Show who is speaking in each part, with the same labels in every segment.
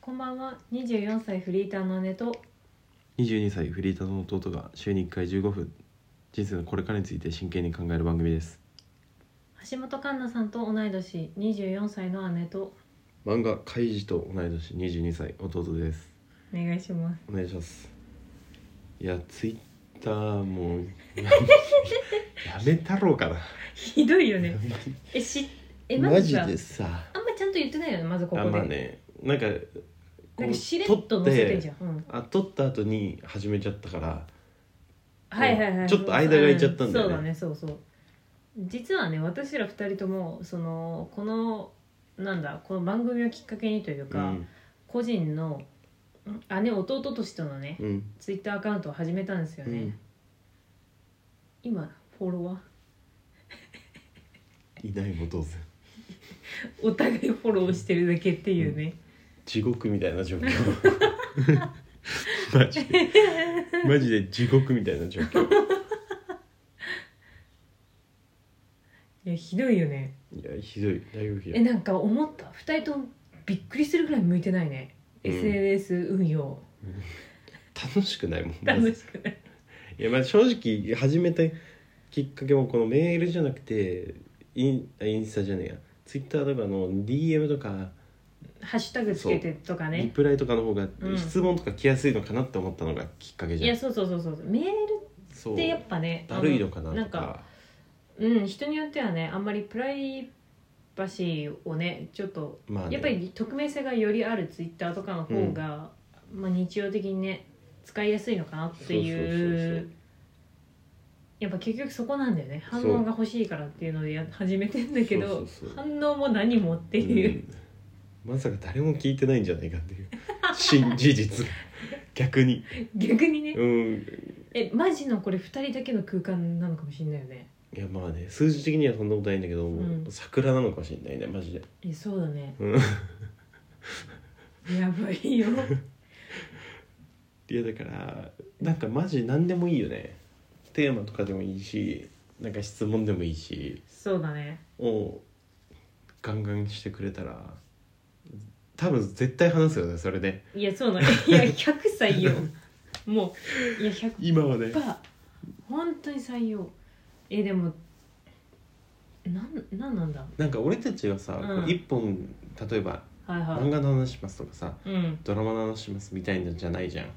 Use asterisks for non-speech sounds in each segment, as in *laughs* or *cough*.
Speaker 1: こんばんは24歳フリーターの姉と
Speaker 2: 22歳フリーターの弟が週に1回15分人生のこれからについて真剣に考える番組です
Speaker 1: 橋本環奈さんと同い年24歳の姉と
Speaker 2: 漫画「カイジ」と同い年22歳弟です
Speaker 1: お願いします *laughs*
Speaker 2: お願いしますいやツイッターもうやめたろうかな
Speaker 1: ひどいよねえしえま
Speaker 2: *laughs* マ
Speaker 1: ず
Speaker 2: ジ
Speaker 1: さ
Speaker 2: でさ
Speaker 1: あんまちゃんと言ってないよねまずここ
Speaker 2: あ
Speaker 1: で、
Speaker 2: まあねなんかこ
Speaker 1: なん
Speaker 2: う
Speaker 1: かしれっと載せてんじゃん、うん、
Speaker 2: あ撮った後に始めちゃったから
Speaker 1: はいはいはい
Speaker 2: ちょっと間が空いちゃったんだよね
Speaker 1: うそうだねそうそう実はね私ら二人ともそのこのなんだこの番組をきっかけにという
Speaker 2: う
Speaker 1: か、
Speaker 2: ん
Speaker 1: 個人のん姉弟としてのね、
Speaker 2: うん
Speaker 1: ツイッターアカウントを始めたんですよ
Speaker 2: う
Speaker 1: ね、
Speaker 2: ん
Speaker 1: 今フォロワー
Speaker 2: いないも当然
Speaker 1: お互いフォローしてるだけっていうね、
Speaker 2: 地獄みたいな状況マジでマジで地獄みたいな状況
Speaker 1: いやひどいよね
Speaker 2: いやひどいだいぶひど
Speaker 1: え
Speaker 2: い
Speaker 1: なんか思った2人ともびっくりするぐらい向いてないね、
Speaker 2: うん
Speaker 1: SNS 運用
Speaker 2: 楽しくないもんま
Speaker 1: 楽
Speaker 2: ず
Speaker 1: しくない
Speaker 2: いやまあ正直始めたきっかけもこのメールじゃなくてインあインスタじゃねえやツイッターとかの DM とか
Speaker 1: ハッシュタグつけてとか
Speaker 2: リ
Speaker 1: ね
Speaker 2: プライとかの方が
Speaker 1: うん
Speaker 2: 質問とか来やすいのかなって思ったのがきっかけ
Speaker 1: い
Speaker 2: じゃん、
Speaker 1: やそうそうそうそうメール
Speaker 2: そう
Speaker 1: ってやっぱね
Speaker 2: だるいのかな
Speaker 1: あ
Speaker 2: と
Speaker 1: なん
Speaker 2: か
Speaker 1: かうん人によってはねあんまりプライバシーをねちょっと
Speaker 2: まあね
Speaker 1: やっぱり匿名性がよりあるツイッターとかの方が、まあ、日常的にね使いやすいのかなっていう
Speaker 2: そうそうそうそう
Speaker 1: やっぱ結局そこなんだよね
Speaker 2: そ
Speaker 1: 反
Speaker 2: う
Speaker 1: 応が欲しいからっていうのでや始めてんだけど
Speaker 2: そうそうそう
Speaker 1: 反応も何もっていう、
Speaker 2: うんまさか誰も聞いてないんじゃないかっていう新事
Speaker 1: *laughs*
Speaker 2: 実が逆に
Speaker 1: 逆にね
Speaker 2: うん
Speaker 1: えマジのこれ2人だけの空間なのかもしれないよね
Speaker 2: いやまあね数字的にはそんなことないんだけど、
Speaker 1: ん
Speaker 2: 桜なのかもしれないねマジで
Speaker 1: えそうだね
Speaker 2: うん
Speaker 1: やばいよ
Speaker 2: *laughs* いやだからなんかマジ何でもいいよねテーマとかでもいいしなんか質問でもいいし
Speaker 1: そうだね
Speaker 2: をガンガンしてくれたら多分絶対話すよねそれで
Speaker 1: いやそうだねいや100歳よもういや100
Speaker 2: 今はね
Speaker 1: ぱ本当に採用えでもなんなんなんだ
Speaker 2: なんか俺たちがさ、こ
Speaker 1: うん
Speaker 2: う一本例えば
Speaker 1: はいは
Speaker 2: 漫
Speaker 1: い
Speaker 2: 画の話しますとかさ
Speaker 1: うん
Speaker 2: ドラマの話しますみたいなんじゃないじゃん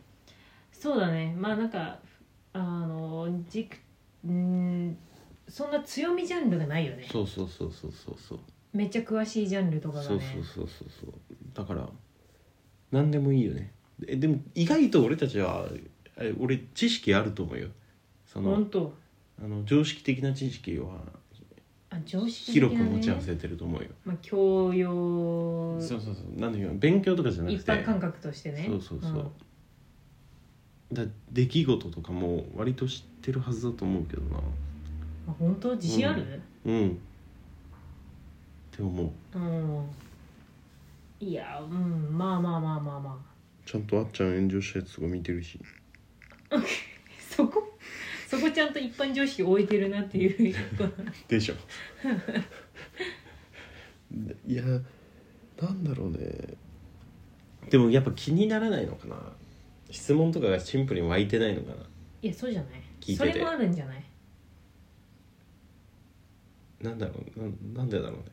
Speaker 1: そうだねまあなんかあの軸うんそんな強みジャンルがないよね
Speaker 2: そうそうそうそうそうそう
Speaker 1: めっちゃ詳しいジャンルとかがね
Speaker 2: そうそうそうそうそうだから何でもいいよねえでも意外と俺たちはえ俺知識あると思うよその
Speaker 1: 本当
Speaker 2: あの常識的な知識は
Speaker 1: あ常識的な、
Speaker 2: 広
Speaker 1: ね、
Speaker 2: く持ち合わせてると思うよ、
Speaker 1: まあ教養
Speaker 2: そうそうそうなんだよ勉強とかじゃなく
Speaker 1: 一
Speaker 2: て
Speaker 1: 般感覚としてね
Speaker 2: そうそうそう、だ出来事とかも割と知ってるはずだと思うけどな
Speaker 1: あ本当自信ある、
Speaker 2: うんって思う
Speaker 1: うん、いやうんまあまあまあまあまあ
Speaker 2: ちゃんとあっちゃん炎上したやつとか見てるし
Speaker 1: そこ *laughs* そこちゃんと一般常識置いてるなって *laughs* いう
Speaker 2: でしょ *laughs* いやなんだろうねでもやっぱ気にならないのかな質問とかがシンプルに湧いてないのかない
Speaker 1: やそうじゃない
Speaker 2: 聞いてて
Speaker 1: それもあるんじゃない
Speaker 2: なんだろうなんなんでだろうね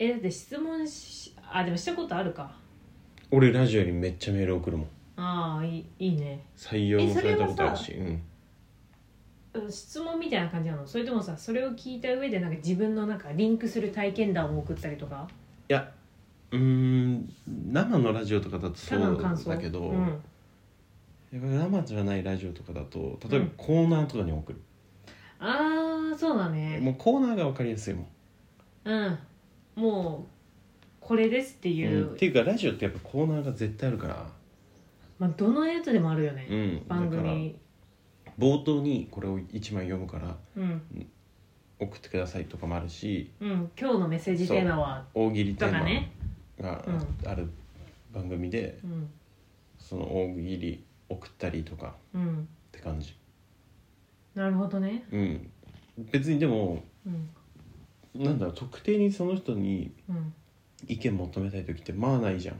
Speaker 1: えだって質問しあでもしたことあるか
Speaker 2: 俺ラジオにめっちゃメール送るもん
Speaker 1: ああいいいいね
Speaker 2: 採用もされたことある
Speaker 1: え
Speaker 2: しうん
Speaker 1: うん質問みたいな感じなのそれともさそれを聞いた上でなんか自分のなんかリンクする体験談を送ったりとか
Speaker 2: いやうーん生のラジオとかだとそ
Speaker 1: ただの感
Speaker 2: う
Speaker 1: 想
Speaker 2: だけど、
Speaker 1: うん、
Speaker 2: やっぱ生じゃないラジオとかだと例えば
Speaker 1: うん
Speaker 2: コーナーとかに送る、
Speaker 1: ああそうだね
Speaker 2: もうコーナーが分かりやすいもん
Speaker 1: うんもうこれですっていう、
Speaker 2: うんっていうかラジオってやっぱコーナーが絶対あるから
Speaker 1: まあ、どのやつでもあるよね、
Speaker 2: うん、だ
Speaker 1: 番
Speaker 2: から
Speaker 1: 組
Speaker 2: 冒頭にこれを1枚読むから
Speaker 1: うん
Speaker 2: 送ってくださいとかもあるし
Speaker 1: うん今日のメッセージテーマは
Speaker 2: 大喜利テ
Speaker 1: とか
Speaker 2: ー
Speaker 1: ね
Speaker 2: マが
Speaker 1: う
Speaker 2: ある番組で、
Speaker 1: うん
Speaker 2: その大喜利送ったりとか
Speaker 1: うん
Speaker 2: って感じ
Speaker 1: なるほどね
Speaker 2: うん別にでも
Speaker 1: うん
Speaker 2: なんだろう特定にその人に
Speaker 1: うん
Speaker 2: 意見求めたい時ってまあないじゃん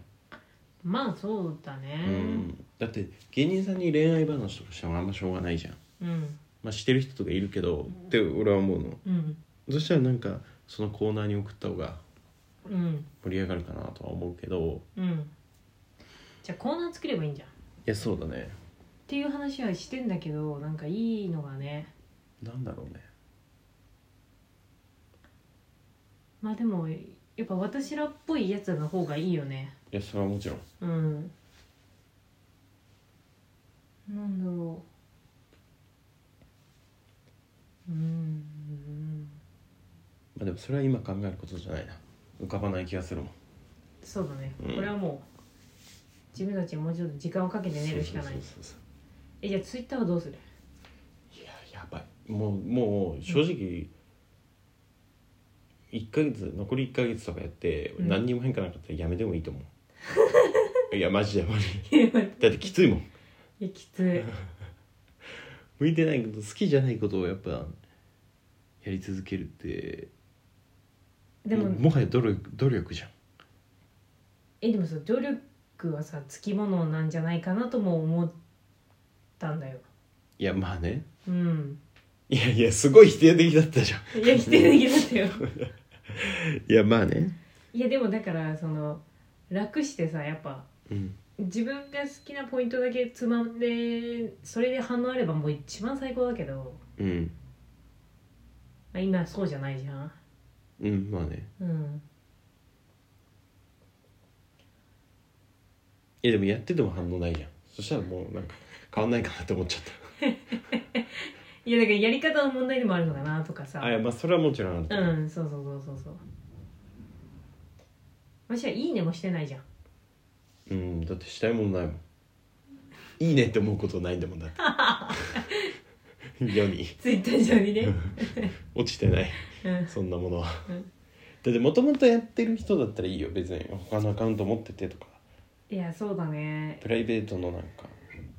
Speaker 1: まあそうだ
Speaker 2: う
Speaker 1: ね
Speaker 2: ん、だって芸人さんに恋愛話とかしてもあんましょうがないじゃん、
Speaker 1: うん
Speaker 2: まあ、してる人とかいるけどって俺は思うの
Speaker 1: うん
Speaker 2: そしたらなんかそのコーナーに送った方が
Speaker 1: うん
Speaker 2: 盛り上がるかなとは思うけど
Speaker 1: うんじゃあコーナー作ればいいんじゃんっ
Speaker 2: いやそうだね
Speaker 1: ていう話はしてんだけどなんかいいのがね
Speaker 2: なんだろうね
Speaker 1: まあでもやっぱ私らっぽいやつの方がいいよね
Speaker 2: いやそれはもちろん
Speaker 1: うんなんだろううん
Speaker 2: まあでもそれは今考えることじゃないな浮かばない気がするもん
Speaker 1: そうだね、
Speaker 2: うん
Speaker 1: これはもう自分たちにもうちょっと時間をかけて寝るしかない
Speaker 2: そうそうそうそ
Speaker 1: えじゃあツイッターはどうする *laughs*
Speaker 2: ういややばいもうもう正直、一ヶ月残り1ヶ月とかやって、
Speaker 1: うん
Speaker 2: 何にも変化なかったらやめてもいいと思う *laughs* いやマジでマジで
Speaker 1: いや待って
Speaker 2: だってきついもん
Speaker 1: いやきつい
Speaker 2: 向いてないこと好きじゃないことをやっぱやり続けるって
Speaker 1: でも、
Speaker 2: もはや努力努力じゃん
Speaker 1: えでもさ努力はさつきものなんじゃないかなとも思ったんだよ
Speaker 2: いやまあね *laughs*
Speaker 1: うん
Speaker 2: いやいやすごい否定的だったじゃん
Speaker 1: いや否定的だったよ
Speaker 2: いやまあね
Speaker 1: いやでもだからその楽してさやっぱ
Speaker 2: うん
Speaker 1: 自分が好きなポイントだけつまんでそれで反応あればもう一番最高だけど
Speaker 2: うん
Speaker 1: あ今そうじゃないじゃん
Speaker 2: うんまあね
Speaker 1: うん
Speaker 2: いやでもやってても反応ないじゃんそしたらもうなんか変わんないかなって思っちゃっ
Speaker 1: いやだからやり方の問題でもあるのかなとかさ
Speaker 2: たあいやまあそれはもちろんあると思う
Speaker 1: うんそうそうそうそうそう私はいいねもしてないじゃん
Speaker 2: うんだってしたいもんないもんいいねって思うことないんだもんだって
Speaker 1: *laughs*
Speaker 2: 世に
Speaker 1: ツイッター上にね
Speaker 2: 落ちてない
Speaker 1: うん
Speaker 2: そんなものは、
Speaker 1: うん
Speaker 2: だってもともとやってる人だったらいいよ別に他のアカウント持っててとか
Speaker 1: いやそうだね
Speaker 2: プライベートのなんか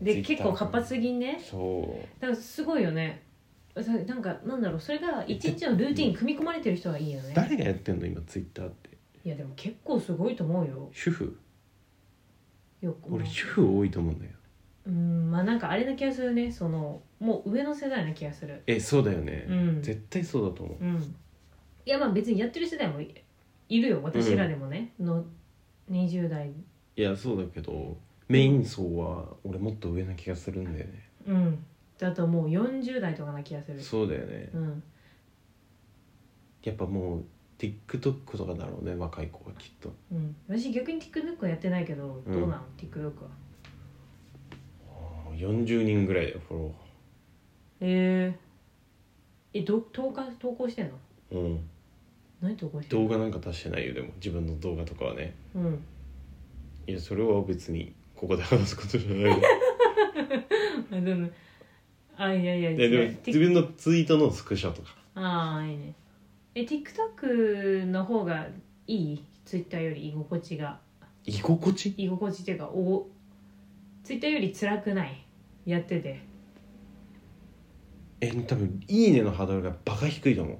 Speaker 1: で
Speaker 2: Twitter
Speaker 1: 結構活発にね
Speaker 2: そう
Speaker 1: だからすごいよねさなんかなんだろうそれが一日のルーティンに組み込まれてる人はいいよね
Speaker 2: 誰がやってんの今ツイッターって
Speaker 1: いやでも結構すごいと思うよ
Speaker 2: 主婦
Speaker 1: よく
Speaker 2: 俺主婦多いと思うんだよ
Speaker 1: うんまあなんかあれな気がするねそのもう上の世代な気がする
Speaker 2: えそうだよね、
Speaker 1: うん
Speaker 2: 絶対そうだと思う
Speaker 1: うんいやまあ別にやってる世代もいいるよ私らでもね、の20代
Speaker 2: いやそうだけどメイン層は俺もっと上な気がするんだよね、
Speaker 1: うんだともう40代とかな気がする
Speaker 2: そうだよね
Speaker 1: うん
Speaker 2: やっぱもう TikTok とかだろうね若い子はきっと
Speaker 1: うん私逆に TikTok はやってないけどどうなの、TikTok は
Speaker 2: あー40人ぐらいだよフォロ
Speaker 1: えー、えど投稿投稿してんの
Speaker 2: ーうん
Speaker 1: 何投稿してん
Speaker 2: 動
Speaker 1: の
Speaker 2: 画なんか出してないよでも自分の動画とかはね
Speaker 1: うん *laughs*
Speaker 2: いやそれは別にここで話すことじゃないい
Speaker 1: あでもあいやいや
Speaker 2: や
Speaker 1: 違
Speaker 2: で
Speaker 1: う
Speaker 2: も自分のツイートのスクショとか
Speaker 1: ああいいねえ TikTok の方がいい Twitter より居心地が
Speaker 2: 居心地
Speaker 1: 居心地っていうかお Twitter より辛くないやってて
Speaker 2: え多分「いいね」のハードルがバカ低いと思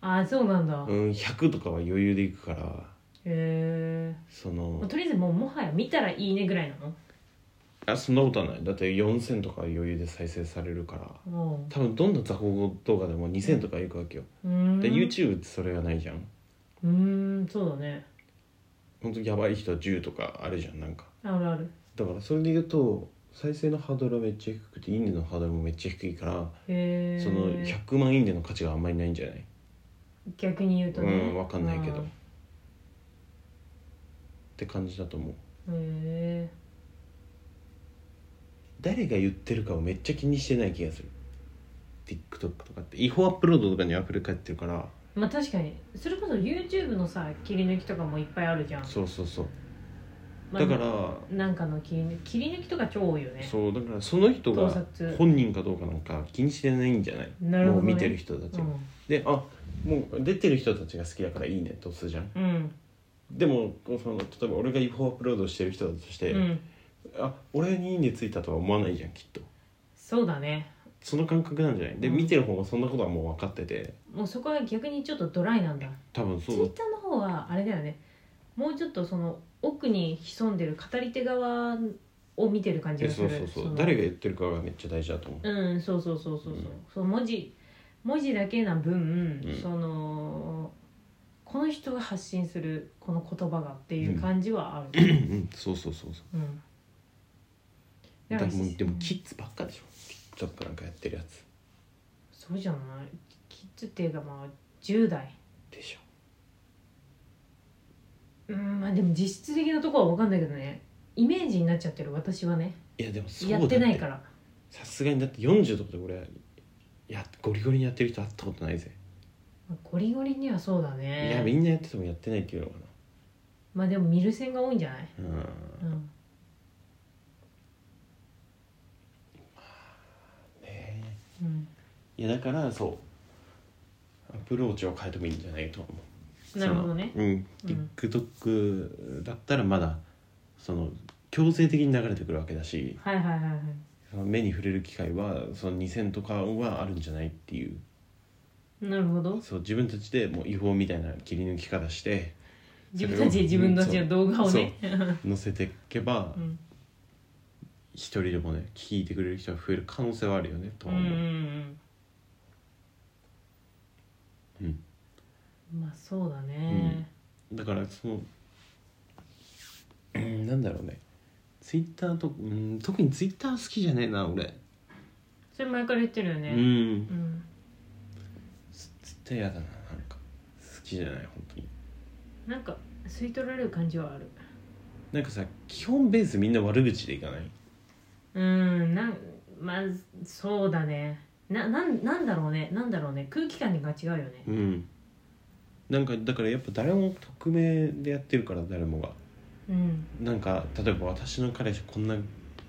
Speaker 1: ああそうなんだ、
Speaker 2: う、うん、100とかは余裕でいくから
Speaker 1: へ
Speaker 2: そ
Speaker 1: えもう
Speaker 2: の
Speaker 1: とりあえずもうもはや見たらいいねぐらいなの
Speaker 2: あそんなことはないだって4000とかは余裕で再生されるから
Speaker 1: も
Speaker 2: 多分どんな雑魚動画でも2000とかいくわけよ、
Speaker 1: ううーん
Speaker 2: で YouTube ってそれがないじゃん
Speaker 1: うーんそうだね
Speaker 2: ほんとやばい人は10とかあるじゃんなんか
Speaker 1: あるある
Speaker 2: だからそれで言うと再生のハードルはめっちゃ低くて「いいね」のハードルもめっちゃ低いから
Speaker 1: へえ
Speaker 2: その100万「いいね」の価値があんまりないんじゃない
Speaker 1: 逆に言うとね
Speaker 2: うんわかんないけど
Speaker 1: あ
Speaker 2: って感じだと思う
Speaker 1: ーへえ
Speaker 2: 誰が言ってるかをめっちゃ気にしてない気がする TikTok とかって違法アップロードとかにあふれ返ってるから
Speaker 1: まあ確かにそれこそ YouTube のさ切り抜きとかもいっぱいあるじゃん、
Speaker 2: そうそうそう
Speaker 1: まあ
Speaker 2: だから、
Speaker 1: なんかの切り抜き切り抜きとか超多いよね
Speaker 2: そうだからその人
Speaker 1: 盗
Speaker 2: が
Speaker 1: 撮
Speaker 2: 本人かどうかなんか気にしてないんじゃない
Speaker 1: なるほどね
Speaker 2: もう見てる人たち
Speaker 1: う
Speaker 2: が、
Speaker 1: ん
Speaker 2: であもう出てる人たちが好きだからいいねと押すじゃん
Speaker 1: うん
Speaker 2: でもその例えば俺が違法アップロードしてる人だとして、
Speaker 1: うん
Speaker 2: あ俺にいいねついたとは思わないじゃんきっと
Speaker 1: そうだね
Speaker 2: その感覚なんじゃないで、
Speaker 1: うん
Speaker 2: 見てる方がそんなことはもう分かってて
Speaker 1: もうそこは逆にちょっとドライなんだ
Speaker 2: 多分そうだ
Speaker 1: Twitter の方はあれだよねもうちょっとその奥に潜んでる語り手側を見てる感じ
Speaker 2: え
Speaker 1: がす
Speaker 2: そう
Speaker 1: る
Speaker 2: そうそう
Speaker 1: の
Speaker 2: 誰が言ってるかがめっちゃ大事だと思う、
Speaker 1: うんそうそうそうそうそう
Speaker 2: うん
Speaker 1: その文字文字だけな分、
Speaker 2: うん
Speaker 1: そのこの人が発信するこの言葉がっていう感じはある、
Speaker 2: うん、そうそうそうそう
Speaker 1: うんだ
Speaker 2: だ
Speaker 1: か
Speaker 2: かららもうでもキッズばっかでしょちょっとなんかやってるやつ
Speaker 1: そうじゃないキッズっていうかまあ10代
Speaker 2: でしょ
Speaker 1: うんまあでも実質的なとこは分かんないけどねイメージになっちゃってる私はね
Speaker 2: いやでもそうだ
Speaker 1: や
Speaker 2: よ
Speaker 1: ってないから
Speaker 2: さすがにだって40とかで俺やゴリゴリにやってる人会ったことないぜ、
Speaker 1: ゴリゴリにはそうだね
Speaker 2: いやみんなやっててもやってないっていうのか
Speaker 1: まあでも見る線が多いんじゃない、
Speaker 2: なうん
Speaker 1: うん、
Speaker 2: ね
Speaker 1: うん
Speaker 2: えいやだからそうアプローチを変えてもいいんじゃないと思う
Speaker 1: なるほどね
Speaker 2: そのうん
Speaker 1: うん
Speaker 2: TikTok だったらまだその強制的に流れてくるわけだし
Speaker 1: はいはいはいはい
Speaker 2: その目に触れる機会はその2000とかはあるんじゃないっていう
Speaker 1: なるほど
Speaker 2: そう自分たちでもう違法みたいな切り抜き方して
Speaker 1: 自分たちで自分たちの動画をね
Speaker 2: 載せていけば
Speaker 1: うん
Speaker 2: 一人でもね聞いてくれる人が増える可能性はあるよねと
Speaker 1: う
Speaker 2: は
Speaker 1: んう
Speaker 2: 思う、
Speaker 1: んう
Speaker 2: うん
Speaker 1: んまあそうだね
Speaker 2: だからそのうんなんだろうねツイッターとうん特にツイッター好きじゃねえな俺
Speaker 1: それ前から言ってるよ
Speaker 2: う
Speaker 1: ね
Speaker 2: ん
Speaker 1: うん
Speaker 2: ツツイッター嫌だななんか好きじゃない本当に
Speaker 1: なんか吸い取られる感じはある
Speaker 2: なんかさ基本ベースみんな悪口でいかない
Speaker 1: うんなんまあそうだねななんなんだろうねなんだろうね空気感が違うよね
Speaker 2: うんなんかだからやっぱ誰も匿名でやってるから誰もが
Speaker 1: うん
Speaker 2: なんか例えば私の彼氏こんな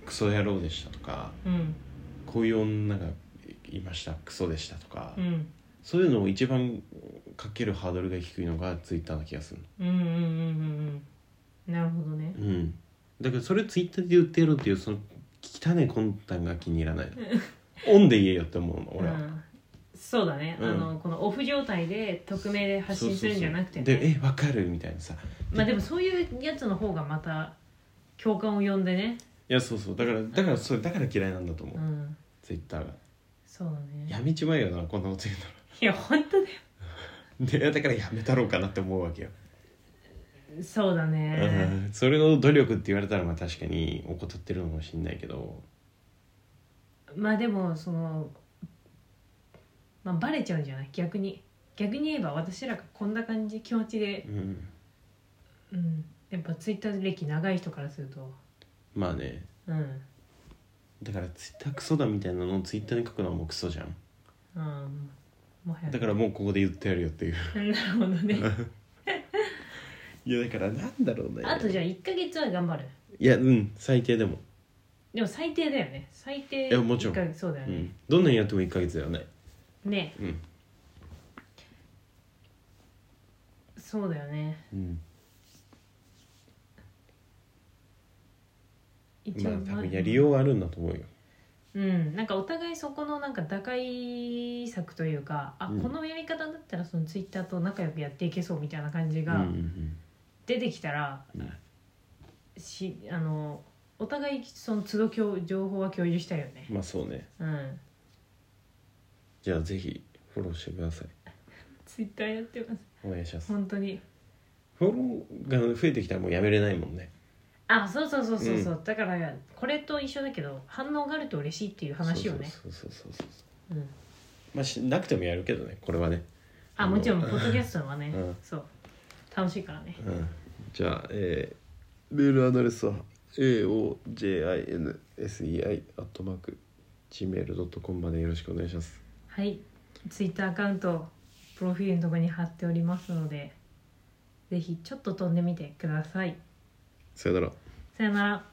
Speaker 2: クソ野郎でしたとか
Speaker 1: うん
Speaker 2: こういう女がいましたクソでしたとか、
Speaker 1: うん
Speaker 2: そういうのを一番かけるハードルが低いのがツイッターな気がする
Speaker 1: うんうんうんうんうんなるほどね
Speaker 2: うんだからそれツイッターで言ってやろうっていうその汚い魂胆が気に入らないのオンで言えよって思うの俺は、
Speaker 1: うん、そうだね、
Speaker 2: うん
Speaker 1: あのこのオフ状態で匿名で発信するんじゃなくてね
Speaker 2: そうそうそうでえわかるみたいなさ
Speaker 1: まあでもそういうやつの方がまた共感を呼んでね
Speaker 2: いやそうそうだからだからそれだから嫌いなんだと思う、
Speaker 1: うん
Speaker 2: ツイッターが
Speaker 1: そうだね
Speaker 2: やめちまえよなこんなこと言うなら
Speaker 1: いや本当だ
Speaker 2: でだからやめたろうかなって思うわけよ、
Speaker 1: よそうだね、
Speaker 2: うんそれの努力って言われたらまあ確かに怠ってるのかもしれないけど
Speaker 1: まあでもその、まあ、バレちゃうんじゃない逆に逆に言えば私らがこんな感じ気持ちで、
Speaker 2: うん
Speaker 1: うん、やっぱツイッター歴長い人からすると
Speaker 2: まあね
Speaker 1: うん、
Speaker 2: だからツイッタークソだみたいなのをツイッターに書くのはもうクソじゃん
Speaker 1: うん、もはや
Speaker 2: だからもうここで言ってやるよっていう
Speaker 1: *laughs* なるほどね
Speaker 2: いやだからなんだろうね
Speaker 1: あとじゃあ1ヶ月は頑張る
Speaker 2: いやうん最低でも、
Speaker 1: でも最低だよね最低
Speaker 2: いやもちろん
Speaker 1: 一ヶ月そうだよ
Speaker 2: う
Speaker 1: ね、
Speaker 2: ん、どんなにやっても1ヶ月だよね
Speaker 1: ね
Speaker 2: うん、
Speaker 1: そうだよね
Speaker 2: うん、
Speaker 1: 一
Speaker 2: ま
Speaker 1: 応
Speaker 2: あ多分やりようはあるんだと思うよ
Speaker 1: うんなんかお互いそこのなんか打開策というかあ、
Speaker 2: うん
Speaker 1: このやり方だったらそのツイッターと仲良くやっていけそうみたいな感じ
Speaker 2: うんう
Speaker 1: が
Speaker 2: ん
Speaker 1: 出てきたら、
Speaker 2: うん
Speaker 1: しあのお互いその都度共情報は共有したいよね
Speaker 2: まあそうね
Speaker 1: うん
Speaker 2: じゃあぜひフォローしてください
Speaker 1: ツイッターやってます
Speaker 2: お願いします
Speaker 1: 本当に
Speaker 2: フォローが増えてきたらもうやめれないもんね
Speaker 1: あそうそうそうそうそう、だからこれと一緒だけど反応があると嬉しいっていう話をね
Speaker 2: そうそうそうそうそうそう
Speaker 1: うん
Speaker 2: まあしなくてもやるけどねこれはね
Speaker 1: あ
Speaker 2: あの
Speaker 1: もちろんポッドキャストはね、
Speaker 2: うん
Speaker 1: そう楽しいからね
Speaker 2: うんじゃあ、えーメールアドレスは aojinsei.gmail.com までよろしくお願いします
Speaker 1: はいツイッターアカウントプロフィールのところに貼っておりますのでぜひちょっと飛んでみてください
Speaker 2: さよなら
Speaker 1: さよなら